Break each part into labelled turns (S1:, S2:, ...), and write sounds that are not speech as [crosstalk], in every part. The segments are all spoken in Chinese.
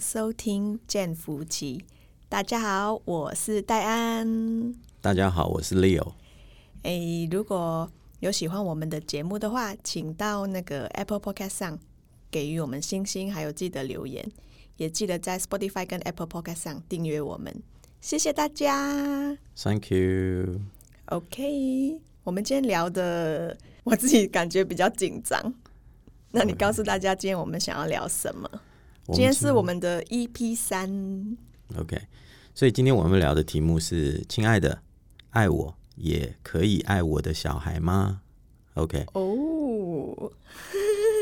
S1: 收听《见福集》。大家好，我是戴安。
S2: 大家好，我是 Leo。
S1: 诶，如果有喜欢我们的节目的话，请到那个 Apple Podcast 上给予我们星星，还有记得留言，也记得在 Spotify 跟 Apple Podcast 上订阅我们。谢谢大家。
S2: Thank you。
S1: OK，我们今天聊的，我自己感觉比较紧张。那你告诉大家，今天我们想要聊什么？
S2: 我们
S1: 今天是我们的 EP 三，
S2: OK，所以今天我们聊的题目是：亲爱的，爱我也可以爱我的小孩吗？OK，
S1: 哦，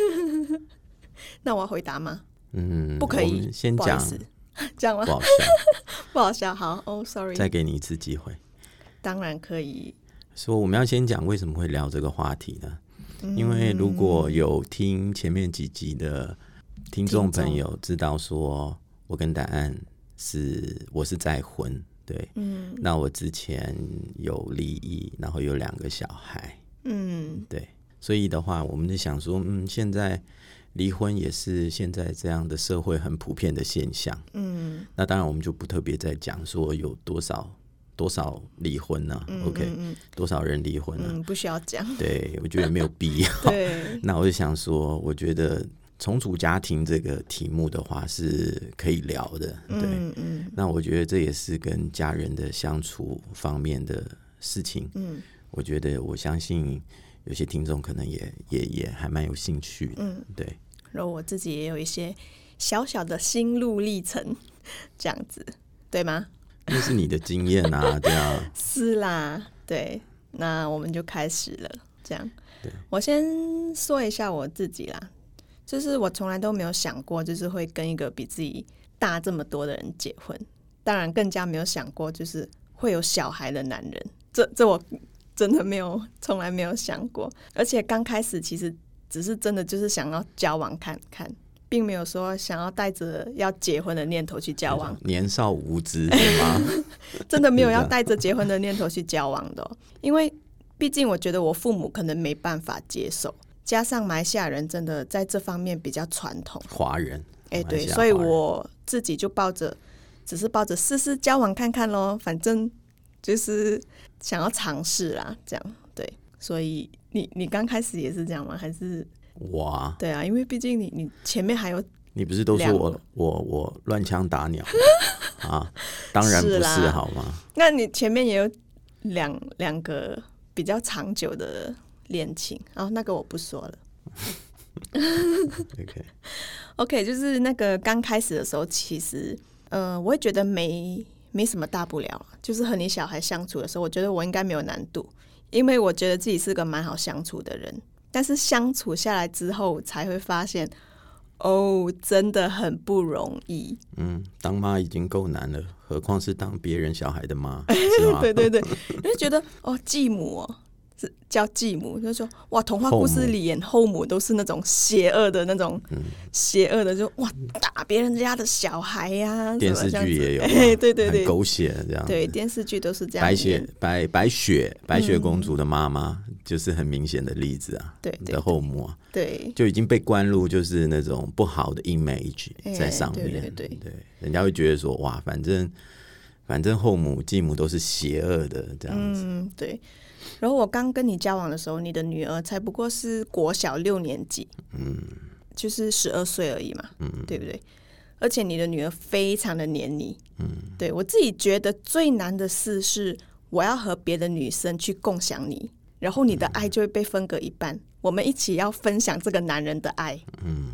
S1: [laughs] 那我要回答吗？
S2: 嗯，
S1: 不可以
S2: 我们先
S1: 不好意
S2: 讲，
S1: 思 [laughs] 这样吗
S2: 不？好笑，
S1: 不好笑，好哦，sorry、s o r r
S2: 再
S1: y
S2: 给你一次机会。
S1: 当然可以，
S2: 所以我们要先讲为什么会聊这个话题呢？因为如果有听前面几集的听众朋友知道说，我跟答案是我是再婚，对，嗯，那我之前有离异，然后有两个小孩，
S1: 嗯，
S2: 对，所以的话，我们就想说，嗯，现在离婚也是现在这样的社会很普遍的现象。嗯，那当然我们就不特别再讲说有多少多少离婚呢、OK，、多少人离婚呢、
S1: 嗯，不需要讲，
S2: 对，我觉得没有必要。 [laughs]
S1: 对，
S2: 那我就想说，我觉得重组家庭这个题目的话是可以聊的，对。
S1: 嗯嗯
S2: 那我觉得这也是跟家人的相处方面的事情。
S1: 嗯，
S2: 我觉得我相信有些听众可能也也也还蛮有兴趣的。
S1: 嗯，
S2: 对，
S1: 然后我自己也有一些小小的心路历程，这样子，对吗？
S2: 那是你的经验啊，对啊，
S1: 是啦，对，那我们就开始了。这样
S2: 对，
S1: 我先说一下我自己啦，就是我从来都没有想过，就是会跟一个比自己大这么多的人结婚，当然更加没有想过，就是会有小孩的男人，这这我真的没有，从来没有想过。而且刚开始其实只是真的就是想要交往看看，并没有说想要带着要结婚的念头去交往。
S2: 年少无知是吗？
S1: [laughs] 真的没有要带着结婚的念头去交往的哦、因为毕竟我觉得我父母可能没办法接受，加上马来西亚人真的在这方面比较传统，
S2: 华人，
S1: 哎，
S2: 马来
S1: 对，
S2: 西亚
S1: 所以
S2: 华人
S1: 我自己就抱着，只是抱着试试交往看看咯，反正就是想要尝试啦，这样对，所以你你刚开始也是这样吗？还是
S2: 哇，
S1: 对啊？因为毕竟你你前面还有
S2: 你不是都说
S1: 两
S2: 我我我乱枪
S1: [laughs]
S2: 打鸟啊？当然不
S1: 是啦
S2: 是好吗？
S1: 那你前面也有两两个比较长久的恋情，哦，那个我不说了。
S2: OK，
S1: OK，就是那个刚开始的时候，其实呃，我会觉得没没什么大不了，就是和你小孩相处的时候，我觉得我应该没有难度，因为我觉得自己是个蛮好相处的人。但是相处下来之后，才会发现，哦，真的很不容易。
S2: 嗯，当妈已经够难了，何况是当别人小孩的
S1: [laughs]
S2: 妈，是吗？
S1: 对对对，你就觉得哦，继母哦，是叫继母，就说哇，童话故
S2: 后
S1: 事
S2: 母
S1: 里演后母都是那种邪恶的那种，
S2: 嗯
S1: 邪恶的就哇打别人家的小孩呀、什
S2: 电
S1: 么
S2: 视
S1: 这样
S2: 剧
S1: 子
S2: 也有啊，
S1: 哎， [laughs] 对对
S2: 很
S1: 对，
S2: 狗血这样子。
S1: 对嗯电视剧都是这样
S2: 白
S1: 演
S2: 雪，白白雪白雪公主的妈妈、就是很明显的例子啊，
S1: 对对
S2: 的后母啊，
S1: 对
S2: 就已经被灌入就是那种不好的 image
S1: 哎
S2: 在上
S1: 对
S2: 面，
S1: 对对
S2: 人家会觉得说哇，反正反正后母继母都是邪恶的这样子，
S1: 嗯对。然后我刚跟你交往的时候，你的女儿才不过是国小六年级，嗯，就是十二岁而已嘛，嗯，对不对？而且你的女儿非常的黏你，嗯，对我自己觉得最难的事是，我要和别的女生去共享你，然后你的爱就会被分割一半，我们一起要分享这个男人的爱，嗯，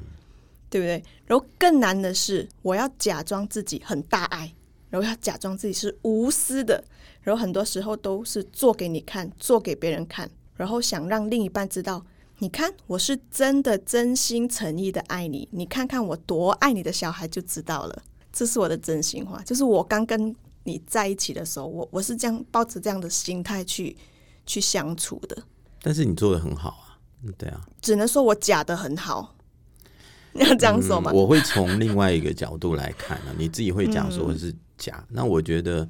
S1: 对不对？然后更难的是，我要假装自己很大爱，然后要假装自己是无私的，然后很多时候都是做给你看，做给别人看，然后想让另一半知道，你看我是真的真心诚意的爱你，你看看我多爱你的小孩就知道了，这是我的真心话，就是我刚跟你在一起的时候，我我是这样抱着这样的心态去去相处的，
S2: 但是你做的很好啊，嗯对啊，
S1: 只能说我假的很好， [laughs] 要这样说嘛，
S2: 嗯我会从另外一个角度来看啊，你自己会讲
S1: 嗯
S2: 说是假，那我觉得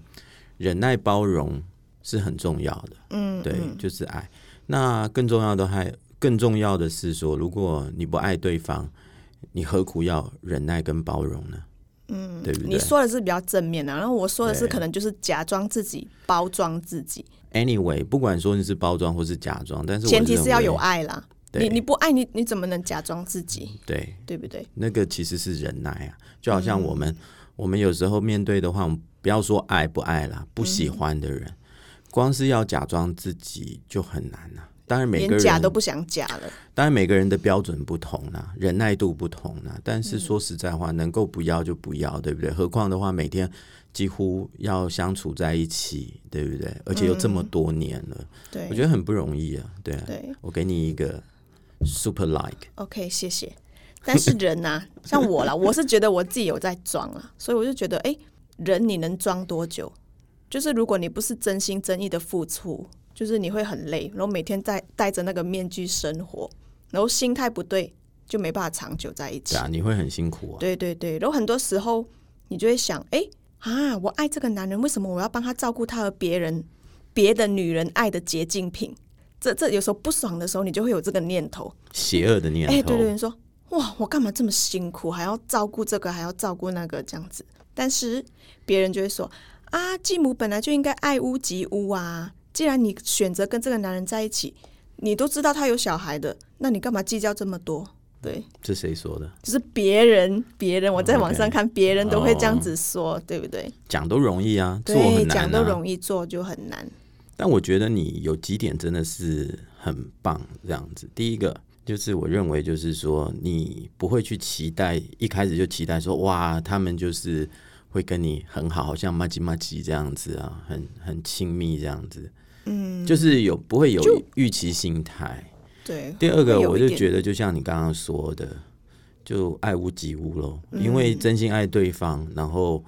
S2: 忍耐包容是很重要的，嗯，对，就是爱。那更重要的还更重要的是说，如果你不爱对方，你何苦要忍耐跟包容呢？嗯，对不对？
S1: 你说的是比较正面的、然后我说的是
S2: 对
S1: 可能就是假装自己、包装自己，
S2: Anyway，不管说你是包装或是假装，但是我
S1: 前提
S2: 认
S1: 是要
S2: 为
S1: 有爱啦。
S2: 对
S1: 你你不爱你，你怎么能假装自己？
S2: 对，
S1: 对不对？
S2: 那个其实是忍耐啊，就
S1: 嗯
S2: 好像我们、我们有时候面对的话，我们不要说爱不爱啦，不喜欢的人，光是要假装自己就很难了、当然每个
S1: 连假
S2: 人
S1: 都不想假了。
S2: 当然每个人的标准不同啦、忍耐度不同啦、但
S1: 嗯
S2: 是说实在话，能够不要就不要，对不对？何况的话，每天几乎要相处在一起，对不对？而且又这么多年了，
S1: 嗯对，
S2: 我觉得很不容易啊，对啊。
S1: 对
S2: 我给你一个 super like，
S1: ，OK，谢谢。但是人呐、像我啦，我是觉得我自己有在装啦，所以我就觉得，哎、人你能装多久？就是如果你不是真心真意的付出，就是你会很累，然后每天戴戴着那个面具生活，然后心态不对，就没办法长久在一起
S2: 对。啊，你会很辛苦啊。
S1: 对对对，然后很多时候你就会想，哎、啊，我爱这个男人，为什么我要帮他照顾他和别人别的女人爱的洁净品？这这有时候不爽的时候，你就会有这个念头。
S2: 邪恶的念头。
S1: 哎、对对，你说哇，我干嘛这么辛苦，还要照顾这个，还要照顾那个，这样子。但是别人就会说啊，继母本来就应该爱屋及乌啊。既然你选择跟这个男人在一起，你都知道他有小孩的，那你干嘛计较这么多？对，
S2: 这谁说的？
S1: 就是别人，别人，我在网上
S2: OK
S1: 看别人都会这样子说对不对？
S2: 讲都容易啊，做
S1: 对，
S2: 哦很
S1: 讲
S2: 难
S1: 都
S2: 啊。
S1: 容易，做就很难。
S2: 但我觉得你有几点真的是很棒，这样子。第一个就是我认为就是说，你不会去期待一开始就期待说哇，他们就是会跟你很好，好像麻吉麻吉这样子啊，很很亲密这样子。嗯，就是有不会有预期心态。
S1: 对，
S2: 第二个，
S1: 会有
S2: 我
S1: 一
S2: 就
S1: 点
S2: 觉得就像你刚刚说的，就爱屋及乌咯，
S1: 嗯
S2: 因为真心爱对方，然后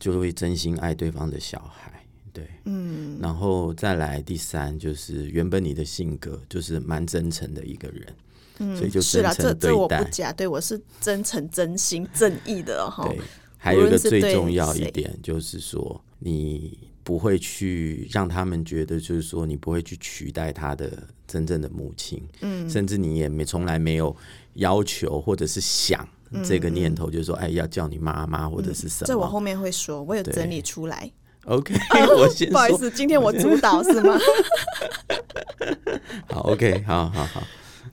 S2: 就会真心爱对方的小孩，对，嗯，然后再来第三就是原本你的性格就是蛮真诚的一个人，所以
S1: 嗯就
S2: 就
S1: 是
S2: 真
S1: 啦，这
S2: 诚
S1: 这我
S2: 对
S1: 不
S2: 待，
S1: 假，对我是真诚、真心、正义的哈。
S2: 对，还有一个
S1: 无论是
S2: 最
S1: 对
S2: 重要一
S1: 谁
S2: 点就是说你。不会去让他们觉得，就是说你不会去取代他的真正的母亲，嗯，甚至你也没从来没有要求或者是想这个念头，就是说，哎，要叫你妈妈或者是什么。
S1: 嗯这我后面会说，我有
S2: 对
S1: 整理出来。
S2: [laughs] OK，我
S1: [laughs]
S2: 先
S1: 不好意
S2: 说，
S1: 思，今天我主导是吗？
S2: [laughs] 好，OK，好好好，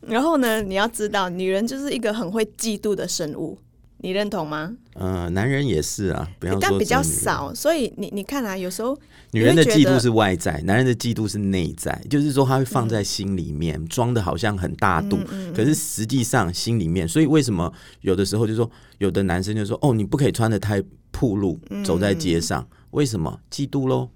S1: 然后呢，你要知道，女人就是一个很会嫉妒的生物，你认同吗？
S2: 呃，男人也是啊，不要说
S1: 但比较
S2: 只有女人
S1: 少，所以你你看啊，有时候
S2: 女人的
S1: 你会
S2: 嫉
S1: 觉
S2: 妒
S1: 得嗯
S2: 是外在，男人的嫉妒是内在，就是说他会放在心里面，装的好像很大度，可是实际上心里面。所以为什么有的时候就说，有的男生就说：“哦，你不可以穿的太暴露，走在街
S1: 嗯
S2: 上。为什么？嫉妒喽，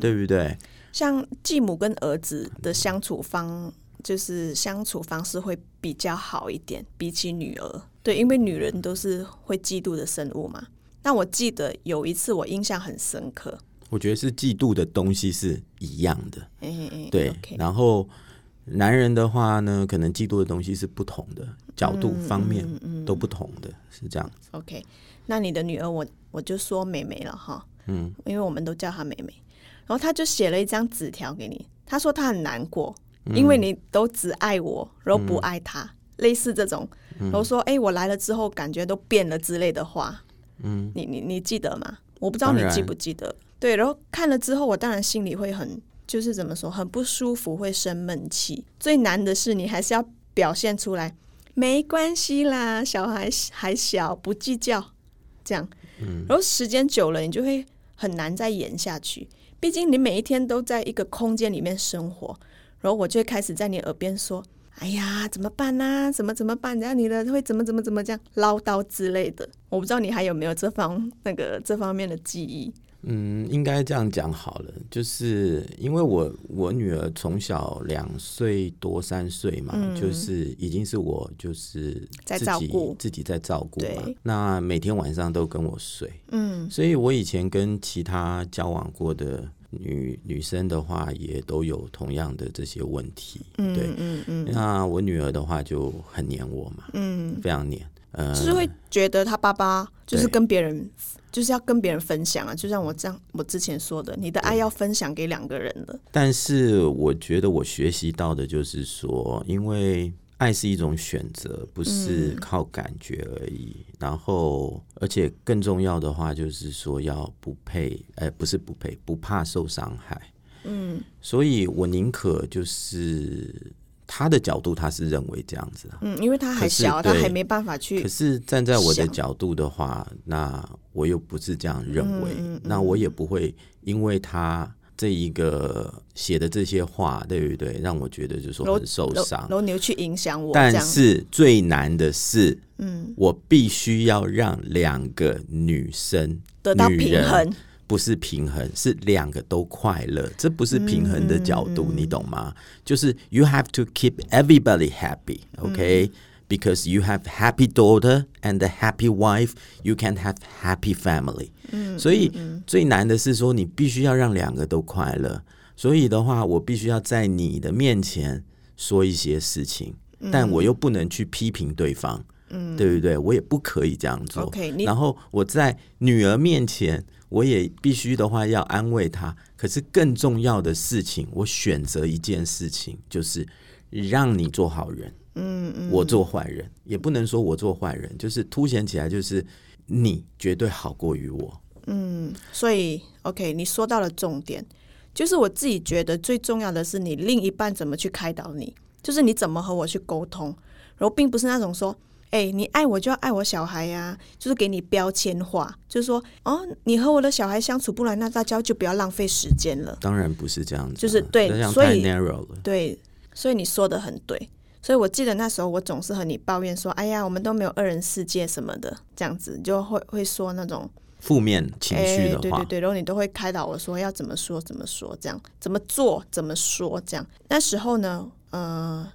S2: 对不对？
S1: 像继母跟儿子的相处方，就是相处方式会比较好一点，比起女儿。对，因为女人都是会嫉妒的生物嘛。那我记得有一次我印象很深刻，
S2: 我觉得是嫉妒的东西是一样的。
S1: 哎哎哎，
S2: 对
S1: OK
S2: 然后男人的话呢，可能嫉妒的东西是不同的，角度
S1: 嗯
S2: 方面都不同的，是这样。
S1: OK，那你的女儿我我就说妹妹了哈，嗯，因为我们都叫她妹妹。然后她就写了一张纸条给你，她说她很难过，因为你都只爱我，然后不爱她，
S2: 嗯
S1: 类似这种。然后说，哎、我来了之后感觉都变了之类的话，嗯，你你你记得吗？我不知道
S2: 当
S1: 你
S2: 然
S1: 记不记得。对，然后看了之后，我当然心里会很，就是怎么说，很不舒服，会生闷气。最难的是，你还是要表现出来，没关系啦，小孩还小，不计较，这样。
S2: 嗯
S1: 然后时间久了，你就会很难再演下去。毕竟你每一天都在一个空间里面生活，然后我就会开始在你耳边说：“哎呀，怎么办呐、怎么怎么办？然后你的会怎么怎么怎么这样唠叨之类的。”我不知道你还有没有这方那个这方面的记忆。
S2: 嗯，应该这样讲好了，就是因为我我女儿从小两岁多三岁嘛，就是已经是我就是
S1: 嗯在
S2: 自
S1: 照
S2: 己
S1: 顾
S2: 自己在照顾嘛
S1: 对。
S2: 那每天晚上都跟我睡，
S1: 嗯，
S2: 所以我以前跟其他交往过的女女生的话，也都有同样的这些问题。对，
S1: 嗯嗯，
S2: 那我女儿的话就很黏我嘛，
S1: 嗯，
S2: 非常黏。呃，
S1: 就是会觉得他爸爸就是
S2: 对
S1: 跟别人，就是要跟别人分享啊。就像我这样，我之前说的，你的爱要分享给两个人的。
S2: 但是我觉得我学习到的就是说，因为爱是一种选择，不是靠感觉而已。然后，而且更重要的话，就是说要不配，呃，不是不配，不怕受伤害。嗯，所以我宁可就是他的角度，他是认为这样子啊。
S1: 嗯，因为他还
S2: 可是
S1: 小，他
S2: 对
S1: 还没办法去
S2: 可是站在我的
S1: 想
S2: 角度的话，那我又不是这样认为，
S1: 嗯
S2: 那我也不会因为他这一个写的这些话，对不对？让我觉得就是说
S1: 揉
S2: 很受
S1: 揉
S2: 伤。
S1: 揉牛去影响我，这
S2: 但
S1: 样
S2: 是最难的是，
S1: 嗯，
S2: 我必须要让两个女生
S1: 得到
S2: 女
S1: 平
S2: 人
S1: 衡。
S2: 不是平衡，是两个都快乐，这不是平衡的角度，你懂吗？就是 you have to keep everybody happy, okay? Because you have happy daughter and a happy wife, you can have happy family. 所以最难的是说，你必须要让两个都快乐。所以的话，我必须要在你的面前说一些事情，但我又不能去批评对方，对不对？我也不可以这样做。
S1: OK，你
S2: 然后我在女儿面前，我也必须的话要安慰她。可是更重要的事情，我选择一件事情，就是让你做好人，嗯嗯，我做坏人，也不能说我做坏人，就是凸显起来，就是你绝对好过于我。
S1: 所以 OK，你说到了重点，就是我自己觉得最重要的是你另一半怎么去开导你，就是你怎么和我去沟通，然后并不是那种说。哎、你爱我就要爱我小孩呀、就是给你标签化，就是说，哦，你和我的小孩相处不来，那大家就不要浪费时间了。
S2: 当然不是这样子啊、
S1: 就是对
S2: 这样
S1: 所
S2: 太
S1: 以
S2: narrow 了。
S1: 对，所以你说的很对。所以我记得那时候我总是和你抱怨说，哎呀，我们都没有二人世界什么的，这样子就会会说那种
S2: 负面情绪
S1: 哎
S2: 的
S1: 对
S2: 话，
S1: 对对，然后你都会开导我说要怎么说怎么说，这样怎么做怎么说这样。那时候呢，呃，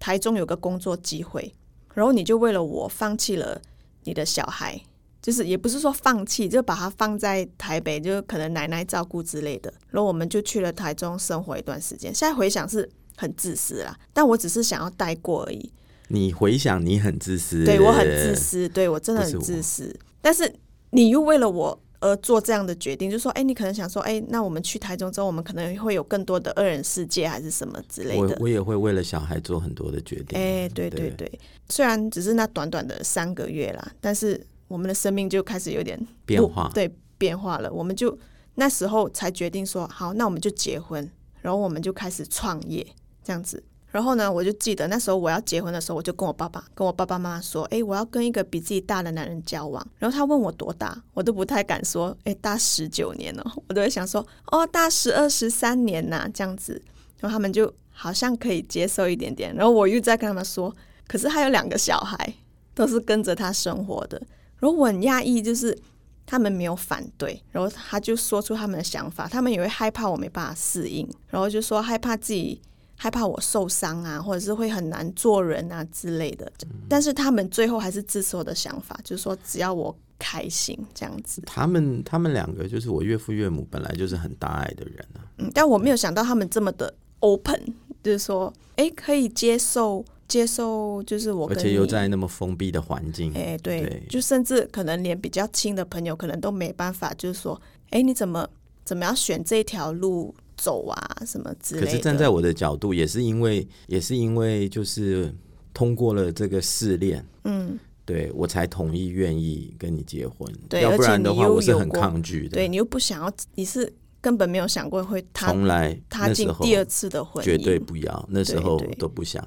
S1: 台中有个工作机会，然后你就为了我放弃了你的小孩，就是也不是说放弃，就把他放在台北，就可能奶奶照顾之类的。然后我们就去了台中生活一段时间。现在回想是很自私啦，但我只是想要带过而已。
S2: 你回想你很自私，
S1: 对我很自，私，对我真的
S2: 不是
S1: 很
S2: 我
S1: 自私。但是你又为了我而做这样的决定，就说，哎，你可能想说，哎，那我们去台中之后，我们可能会有更多的二人世界还是什么之类
S2: 我
S1: 的。
S2: 我也会为了小孩做很多的决定。
S1: 哎，对对对，虽然只是那短短的三个月啦，但是我们的生命就开始有点
S2: 变
S1: 不
S2: 化
S1: 对，变化了。我们就那时候才决定说，好，那我们就结婚，然后我们就开始创业这样子。然后呢，我就记得那时候我要结婚的时候，我就跟我爸爸、跟我爸爸妈妈说，诶，我要跟一个比自己大的男人交往。然后他问我多大，我都不太敢说，诶，大十九年哦，我都会想说，哦，大十二、十三年呐、这样子。然后他们就好像可以接受一点点。然后我又在跟他们说，可是还有两个小孩都是跟着他生活的。然后我很讶异，就是他们没有反对，然后他就说出他们的想法，他们也会害怕我没办法适应，然后就说害怕自己害怕我受伤啊，或者是会很难做人啊之类的。但是他们最后还是支持我的想法，就是说只要我开心这样子。
S2: 他们他们两个就是我岳父岳母，本来就是很大爱的人啊。
S1: 嗯，但我没有想到他们这么的 open，就是说，哎，可以接受接受，就是我
S2: 而
S1: 跟
S2: 且又
S1: 你
S2: 在那么封闭的环境，
S1: 哎、对，
S2: 对
S1: 就甚至可能连比较亲的朋友，可能都没办法，就是说，哎、你怎么怎么要选这条路走啊，什么之类
S2: 可
S1: 的。
S2: 是站在我的角度，也是因为也是因为就是通过了这个试炼，
S1: 嗯，
S2: 对我才同意愿意跟你结婚。
S1: 对
S2: 要不然的
S1: 而且你
S2: 话，
S1: 又
S2: 我是很
S1: 有过
S2: 抗拒的。
S1: 对你又不想要，你是根本没有想过会踏
S2: 从来
S1: 踏
S2: 那时
S1: 进
S2: 候
S1: 第二次的婚姻，
S2: 绝对不要，那时
S1: 对
S2: 候
S1: 对
S2: 都不想。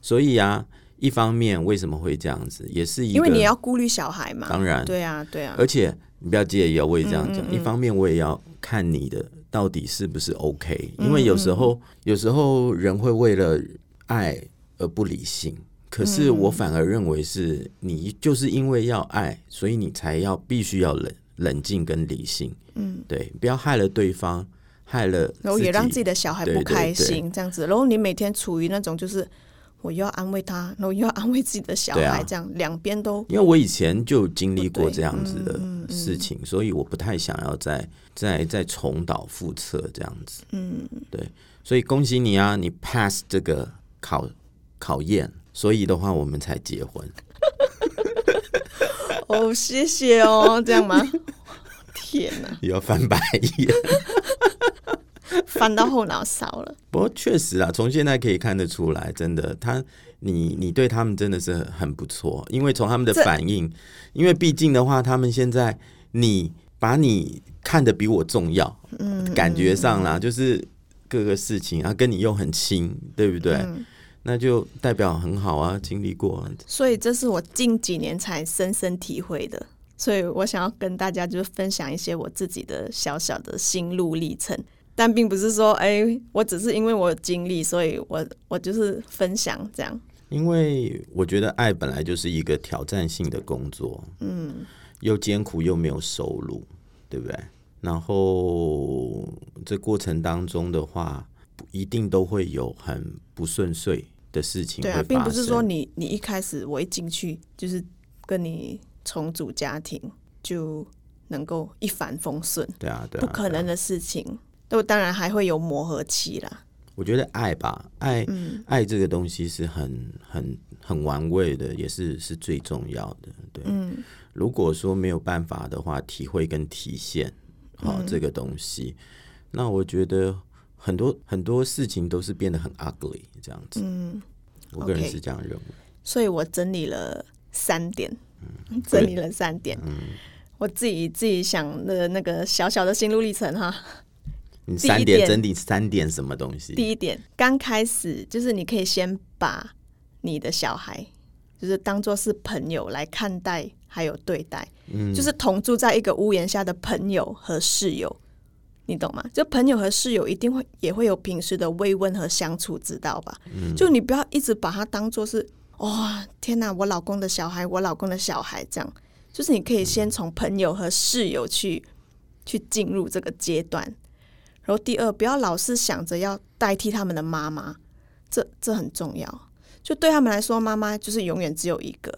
S2: 所以啊，一方面为什么会这样子，也是一个
S1: 因为你要顾虑小孩嘛。
S2: 当然，
S1: 对啊，对啊，
S2: 而且你不要介意哦，我也这样
S1: 嗯
S2: 讲。一方面我也要看你的到底是不是 OK，因
S1: 嗯
S2: 为有时候有时候人会为了爱而不理性，可是
S1: 嗯
S2: 我反而认为是你就是因为要爱，所以你才要必须要冷冷静跟理性。嗯，对，不要害了对方，害了
S1: 然后也让自
S2: 自
S1: 己的小孩
S2: 对
S1: 不
S2: 对
S1: 开
S2: 对
S1: 心，这样子。然后你每天处于那种就是我又要安慰他，然后又要安慰自己的小
S2: 对啊
S1: 孩，这样两边都
S2: 因为我以前就经历过
S1: 对
S2: 这样子的事情，所以我不太想要再再再重蹈覆辙这样子。嗯，对，所以恭喜你啊，你 pass 这个考考验，所以的话我们才结婚。
S1: 哦，谢谢 [laughs] 哦，这样吗？天哪！
S2: 又要翻白眼，
S1: 翻到后脑勺了。
S2: 不过确实啊，从现在可以看得出来，真的，他你你对他们真的是很不错，因为从他们的
S1: 这
S2: 反应，因为毕竟的话，他们现在你把你看得比我重要，嗯，感觉上啦，就是各个事情啊，跟你又很亲，对不对？那就代表很好啊，经历过，
S1: 所以这是我近几年才深深体会的。所以我想要跟大家就是分享一些我自己的小小的心路历程，但并不是说，哎、我只是因为我有经历，所以我我就是分享这样。
S2: 因为我觉得爱本来就是一个挑战性的工作，嗯，又艰苦又没有收入，对不对？然后这过程当中的话，不一定都会有很不顺遂的事情
S1: 对
S2: 会发
S1: 啊，
S2: 生。
S1: 并不是说你你一开始我一进去就是跟你重组家庭就能够一帆风顺，
S2: 对啊，对
S1: 不
S2: 啊，
S1: 可能的事情。都当然还会有磨合期啦，
S2: 我觉得爱吧，爱、
S1: 嗯
S2: 爱这个东西是很很很玩味的，也是是最重要的。对，
S1: 嗯
S2: 如果说没有办法的话，体会跟体现好、
S1: 嗯
S2: 这个东西，那我觉得很多很多事情都是变得很 ugly 这样子。嗯，我个人
S1: OK
S2: 是这样认为。
S1: 所以我整理了三点，
S2: 嗯
S1: 整理了三点，我自己自己想的那个小小的心路历程哈。
S2: 你
S1: 第一
S2: 三点
S1: 点
S2: 整理三点什么东西？
S1: 第一点，刚开始就是你可以先把你的小孩，就是当做是朋友来看待，还有对待，就是同住在一个屋檐下的朋友和室友，你懂吗？就朋友和室友一定会也会有平时的慰问和相处之道吧。就你不要一直把它当做是哇、天哪，我老公的小孩，我老公的小孩这样，就是你可以先从朋友和室友去去进入这个阶段。然后第二，不要老是想着要代替他们的妈妈，这这很重要。就对他们来说，妈妈就是永远只有一个，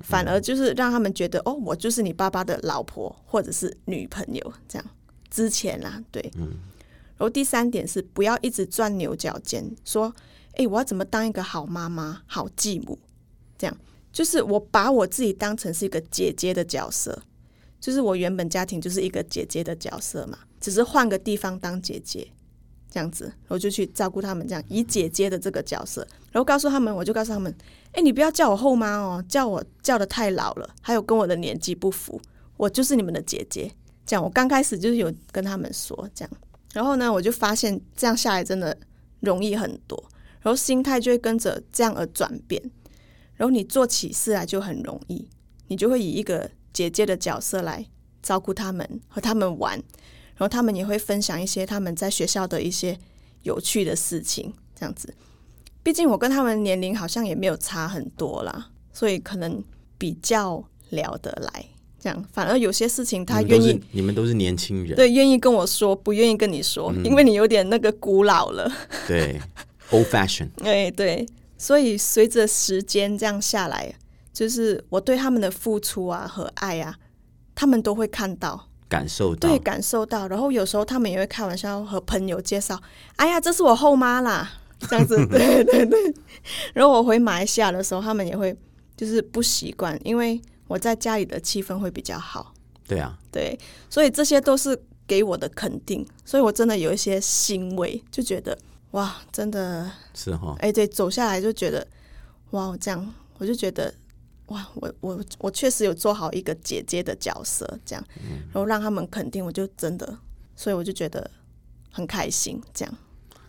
S1: 反而就是让他们觉得、哦，我就是你爸爸的老婆或者是女朋友这样。之前啦，对，然后第三点是不要一直钻牛角尖，说，诶，我要怎么当一个好妈妈、好继母？这样就是我把我自己当成是一个姐姐的角色，就是我原本家庭就是一个姐姐的角色嘛，只是换个地方当姐姐这样子，我就去照顾他们，这样以姐姐的这个角色，然后告诉他们，我就告诉他们，哎、你不要叫我后妈哦，叫我叫的太老了，还有跟我的年纪不符，我就是你们的姐姐。这样，我刚开始就是有跟他们说这样，然后呢，我就发现这样呃下来真的容易很多，然后心态就会跟着这样而转变，然后你做起事来就很容易，你就会以一个姐姐的角色来照顾他们，和他们玩，然后他们也会分享一些他们在学校的一些有趣的事情，这样子。毕竟我跟他们年龄好像也没有差很多啦，所以可能比较聊得来。这样，反而有些事情他
S2: 你
S1: 愿
S2: 们嗯都
S1: 意
S2: 是你们都是年轻人，
S1: 对，愿意跟我说，不愿意跟你说，因为你有点那个古老了。 [laughs]
S2: 对，old fashion，
S1: 哎，对，所以随着时间这样下来，就是我对他们的付出啊和爱啊，他们都会看到，
S2: 感受
S1: 对，
S2: 到
S1: 感受到。然后有时候他们也会开玩笑和朋友介绍：“哎呀，这是我后妈啦。” [laughs] 这样子，对对对。然后我回马来西亚的时候，他们也会就是不习惯，因为我在家里的气氛会比较好。
S2: 对啊，
S1: 对，所以这些都是给我的肯定，所以我真的有一些欣慰，就觉得哇，真的，
S2: 是哈，
S1: 哎、对，走下来就觉得哇，这样我就觉得哇，我我我确实有做好一个姐姐的角色，这样，
S2: 嗯
S1: 然后让他们肯定，我就真的，所以我就觉得很开心，这样。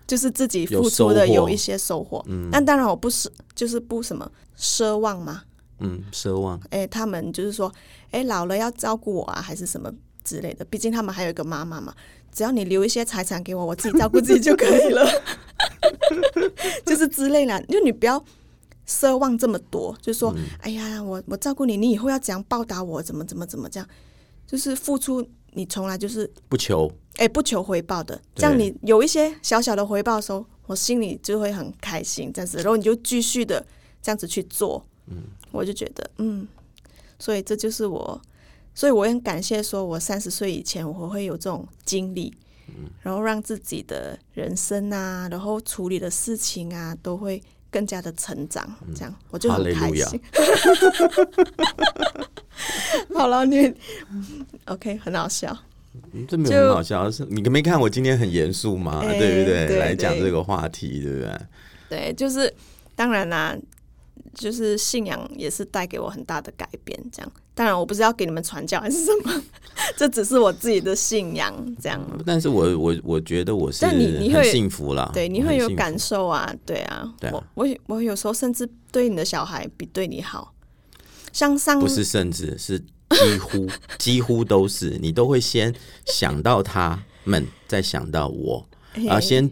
S1: 就是自己
S2: 有
S1: 付出的
S2: 收获
S1: 有一些收获，但当然我不是就是不什么奢望嘛，
S2: 嗯，奢望
S1: 哎、他们就是说，哎、老了要照顾我啊，还是什么之类的。毕竟他们还有一个妈妈嘛，只要你留一些财产给我，我自己照顾自己就可以了， [laughs] 就是之类啦。就你不要奢望这么多，就说，哎呀，我我照顾你，你以后要怎样报答我，怎么怎么怎么这样，就是付出，你从来就是
S2: 不求，
S1: 哎、不求回报的，这
S2: 对
S1: 样你有一些小小的回报的时候，我心里就会很开心，这样子，然后你就继续的这样子去做，嗯，我就觉得，嗯，所以这就是我，所以我也很感谢，说我三十岁以前我会有这种经历，然后让自己的人生啊，然后处理的事情啊，都会更加的成长，这样我就很开心。 [laughs] 好了，你 OK，很好笑。
S2: 嗯这没有很好笑，是你没看我今天很严肃嘛，
S1: 哎
S2: 对不
S1: 对对
S2: 来讲这个话题，对不对？
S1: 对，就是当然啦，就是信仰也是带给我很大的改变。这样，当然我不是要给你们传教还是什么， [laughs] 这只是我自己的信仰。这样，
S2: 但是我我我觉得我是
S1: 但你你
S2: 很
S1: 会
S2: 幸福啦，
S1: 对，你
S2: 我
S1: 会
S2: 啊很
S1: 有
S2: 幸福
S1: 感受啊，对啊。
S2: 对啊
S1: 我我我有时候甚至对你的小孩比对你好，像上
S2: 不是甚至是
S1: [laughs]
S2: 几乎几乎都是，你都会先想到他们，再想到我，
S1: 嘿
S2: 然后啊先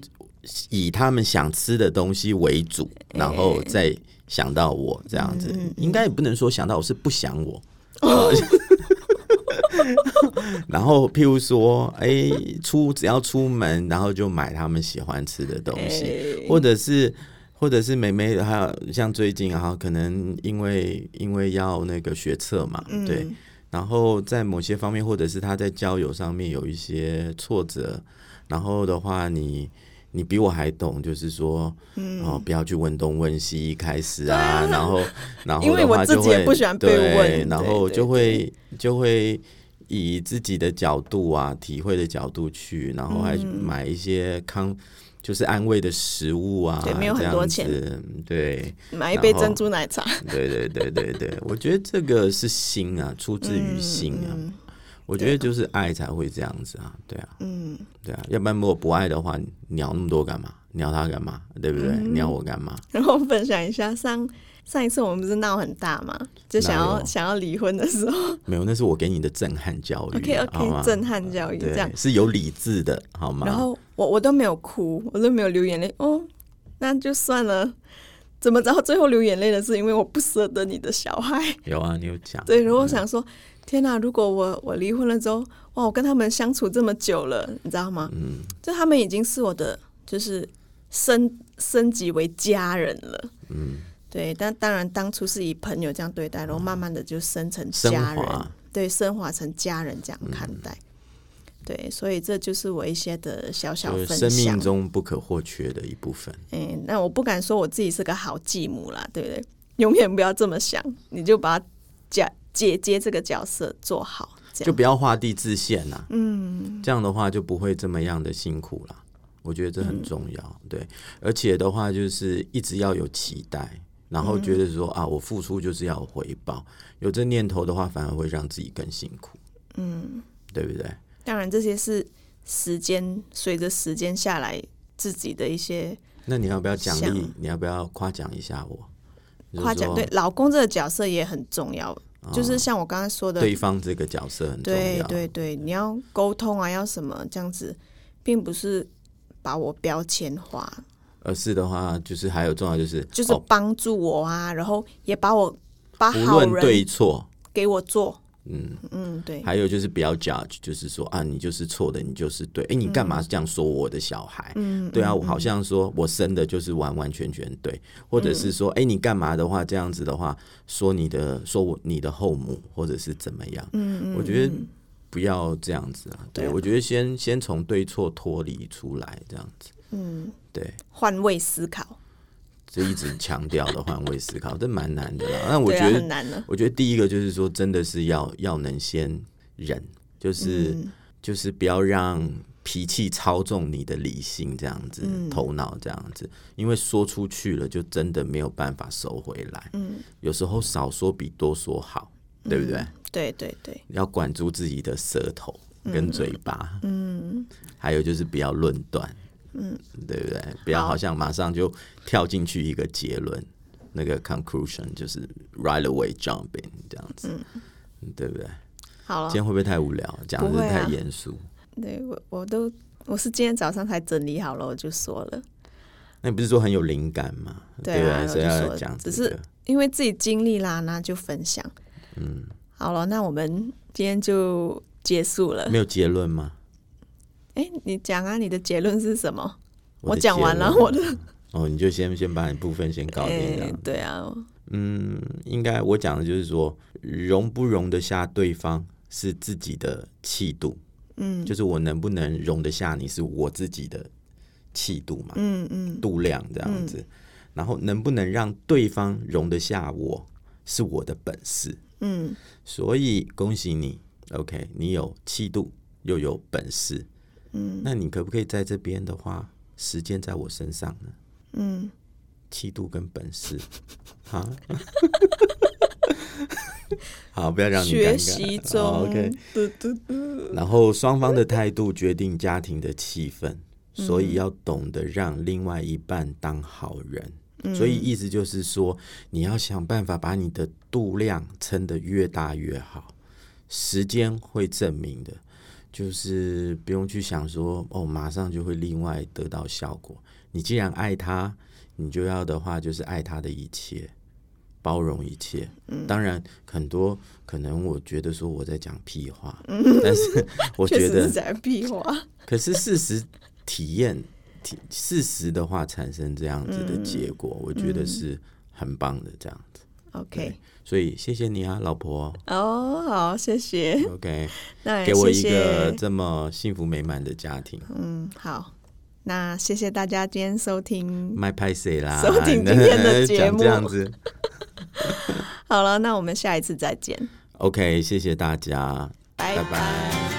S2: 以他们想吃的东西为主，然后再想到我这样子。应该也不能说想到我是不想我。 [laughs] 然后，譬如说，哎、出只要出门，然后就买他们喜欢吃的东西，
S1: 哎
S2: 或者是或者是妹妹，还有像最近啊，可能因为因为要那个学测嘛，
S1: 嗯
S2: 对，然后在某些方面，或者是她在交友上面有一些挫折，然后的话你。你比我还懂，就是说，嗯、哦，不要去问东问西，开始
S1: [laughs]
S2: 啊，然后，然后
S1: 因为
S2: 的
S1: 我
S2: 话
S1: 自
S2: 就
S1: 己也
S2: 会
S1: 不喜欢被
S2: 对
S1: 问
S2: 然
S1: 对
S2: 后
S1: 对
S2: 就会就会以自己的角度啊，体会的角度去，然后还买一些康，就是安慰的食物啊，
S1: 对没有很
S2: 这样
S1: 多钱
S2: 子，对，
S1: 买一杯
S2: 然后
S1: 珍珠奶茶， [laughs]
S2: 对对对对对，我觉得这个是心啊，出自于心啊。我觉得就是爱才会这样子啊，对啊，
S1: 嗯，
S2: 对啊，要不然如果不爱的话，鸟那么多干嘛？鸟他干嘛？对不对？鸟我干嘛？
S1: 然后分享一下上上一次我们不是闹很大嘛，就想
S2: 哪哦
S1: 要
S2: 有
S1: 想要离婚的时候
S2: 没有，那是我给你的震撼教育
S1: ，OK
S2: 好吗
S1: OK，？震撼教育
S2: 对
S1: 这样。
S2: 是有理智的，好吗？
S1: 然后我我都没有哭，我都没有流眼泪，哦，那就算了。怎么着？最后流眼泪的是因为我不舍得你的小孩。
S2: 有啊，你有讲
S1: 对，然后我想说，天哪！如果我我离婚了之后，哇，我跟他们相处这么久了，你知道吗？嗯，就他们已经是我的，就是升升级为家人了。嗯，对。但当然，当初是以朋友这样对待，然后慢慢的就升成
S2: 嗯升
S1: 家人，
S2: 华
S1: 对，升华成家人这样看待。
S2: 嗯
S1: 对，所以这就是我一些的小小
S2: 就是
S1: 分
S2: 生
S1: 享
S2: 命。中不可或缺的一部分。
S1: 哎，那我不敢说我自己是个好继母啦，对不对？永远不要这么想，你就把姐姐姐这个角色做好，这
S2: 就
S1: 样。
S2: 不要画地自限啦、嗯，这样的话就不会这么样的辛苦啦。我觉得这很重要，
S1: 嗯
S2: 对。而且的话，就是一直要有期待，然后觉得说、
S1: 嗯
S2: 啊，我付出就是要有回报。有这念头的话，反而会让自己更辛苦。嗯，对不对？
S1: 当然，这些是时间随着时间下来自己的一些
S2: 那你要不要奖励
S1: 像？
S2: 你要不要夸奖一下我？就是
S1: 夸奖。
S2: 说啊
S1: 对，老公这个角色也很重要，就是像我刚才说的，
S2: 对方这个角色很重
S1: 对
S2: 要。
S1: 对对，你要沟通啊，要什么这样子，并不是把我标签化，
S2: 而是的话，就是还有重要就是
S1: 就是
S2: 哦
S1: 帮助我啊，然后也把我把
S2: 不
S1: 好
S2: 论对
S1: 人
S2: 错，
S1: 给我做。
S2: 嗯，
S1: 嗯，对。
S2: 还有就是不要 judge，就是说啊，你就是错的，你就是对。哎、你干嘛这样说我的小孩？嗯，对啊，我好像说我生的就是完完全全对，或者是说，哎、你干嘛的话这样子的话，说你的说我你的后母或者是怎么样？嗯我觉得不要这样子啊。对，
S1: 对啊
S2: 我觉得先先从对错脱离出来，这样子。嗯，对。
S1: 换位思考，
S2: 这一直强调的换位思考，这蛮难的啦。那我
S1: 对
S2: 觉
S1: 啊，
S2: 得
S1: 很难呢。
S2: 我觉得第一个就是说，真的是要要能先忍，就是、
S1: 嗯
S2: 就是不要让脾气操纵你的理性，这样子、头脑这样子，因为说出去了，就真的没有办法收回来。嗯，有时候少说比多说好，对不对？
S1: 对对对，
S2: 要管住自己的舌头跟嘴巴，嗯，还有就是不要论断，嗯，对不对？不要好像马上就跳进去一个结论，那个 conclusion 就是 right away jumping 这样子，对不对？
S1: 好
S2: 今
S1: 了，
S2: 天嗯会不会太无聊？讲
S1: 不
S2: 的
S1: 会啊
S2: 太严肃，
S1: 对我我都我是今天早上才整理好了，我就说了，
S2: 那你不是说很有灵感吗？
S1: 对
S2: 不
S1: 啊
S2: 对？所以
S1: 我就
S2: 要
S1: 说
S2: 讲这
S1: 只是
S2: 个。
S1: 因为自己经历啦，那就分享。嗯，好了，那我们今天就结束了。
S2: 没有结
S1: [laughs]
S2: 论吗？
S1: 哎，你讲啊，你的结论是什么？
S2: 我
S1: 我
S2: 的
S1: 讲完了
S2: 结，论
S1: 我的
S2: 哦，你就先先把你部分先搞定，这
S1: 哎
S2: 样，
S1: 对啊，
S2: 嗯，应该我讲的就是说，容不容得下对方是自己的气度，嗯，就是我能不能容得下你是我自己的气度嘛，
S1: 嗯嗯，
S2: 度量这样子，然后能不能让对方容得下我是我的本事，
S1: 嗯，
S2: 所以恭喜你，OK，你有气度，又有本事，嗯，那你可不可以在这边的话，时间在我身上呢？
S1: 嗯，
S2: 气度跟
S1: [laughs]
S2: 本事，啊， [laughs] 好，不要让你
S1: 学
S2: 尴尬。
S1: 习
S2: 哦
S1: 中，
S2: ，OK。
S1: 嘟嘟嘟，
S2: 然后双方的态度决定家庭的气氛，
S1: 嗯
S2: 所以要懂得让另外一半当好人。
S1: 嗯
S2: 所以意思就是说，你要想办法把你的度量撑得越大越好，时间会证明的，就是不用去想说哦，马上就会另外得到效果。你既然爱他，你就要的话就是爱他的一切，包容一切。
S1: 嗯
S2: 当然，很多可能我觉得说我在讲屁话，但是
S1: 嗯
S2: 我
S1: 确
S2: 觉
S1: 实
S2: 得
S1: 是在屁话。
S2: 可是事实体验，体事实的话产生这样子的结果，我觉得是很棒的这样子。
S1: 嗯 OK，
S2: 所以谢谢你啊，老婆。
S1: 哦，好，谢谢，
S2: OK，
S1: 那
S2: 给我
S1: 也嗯
S2: 一
S1: 哎谢
S2: 个
S1: 谢，
S2: 这么幸福美满的家庭。
S1: 嗯，好，那谢谢大家今天收听。
S2: 麦拍谁啦？
S1: 收听今天的节
S2: [laughs] 讲
S1: 目
S2: 这样子。
S1: 好了，那我们下一次再见，
S2: OK，谢谢大家，拜
S1: 拜
S2: 拜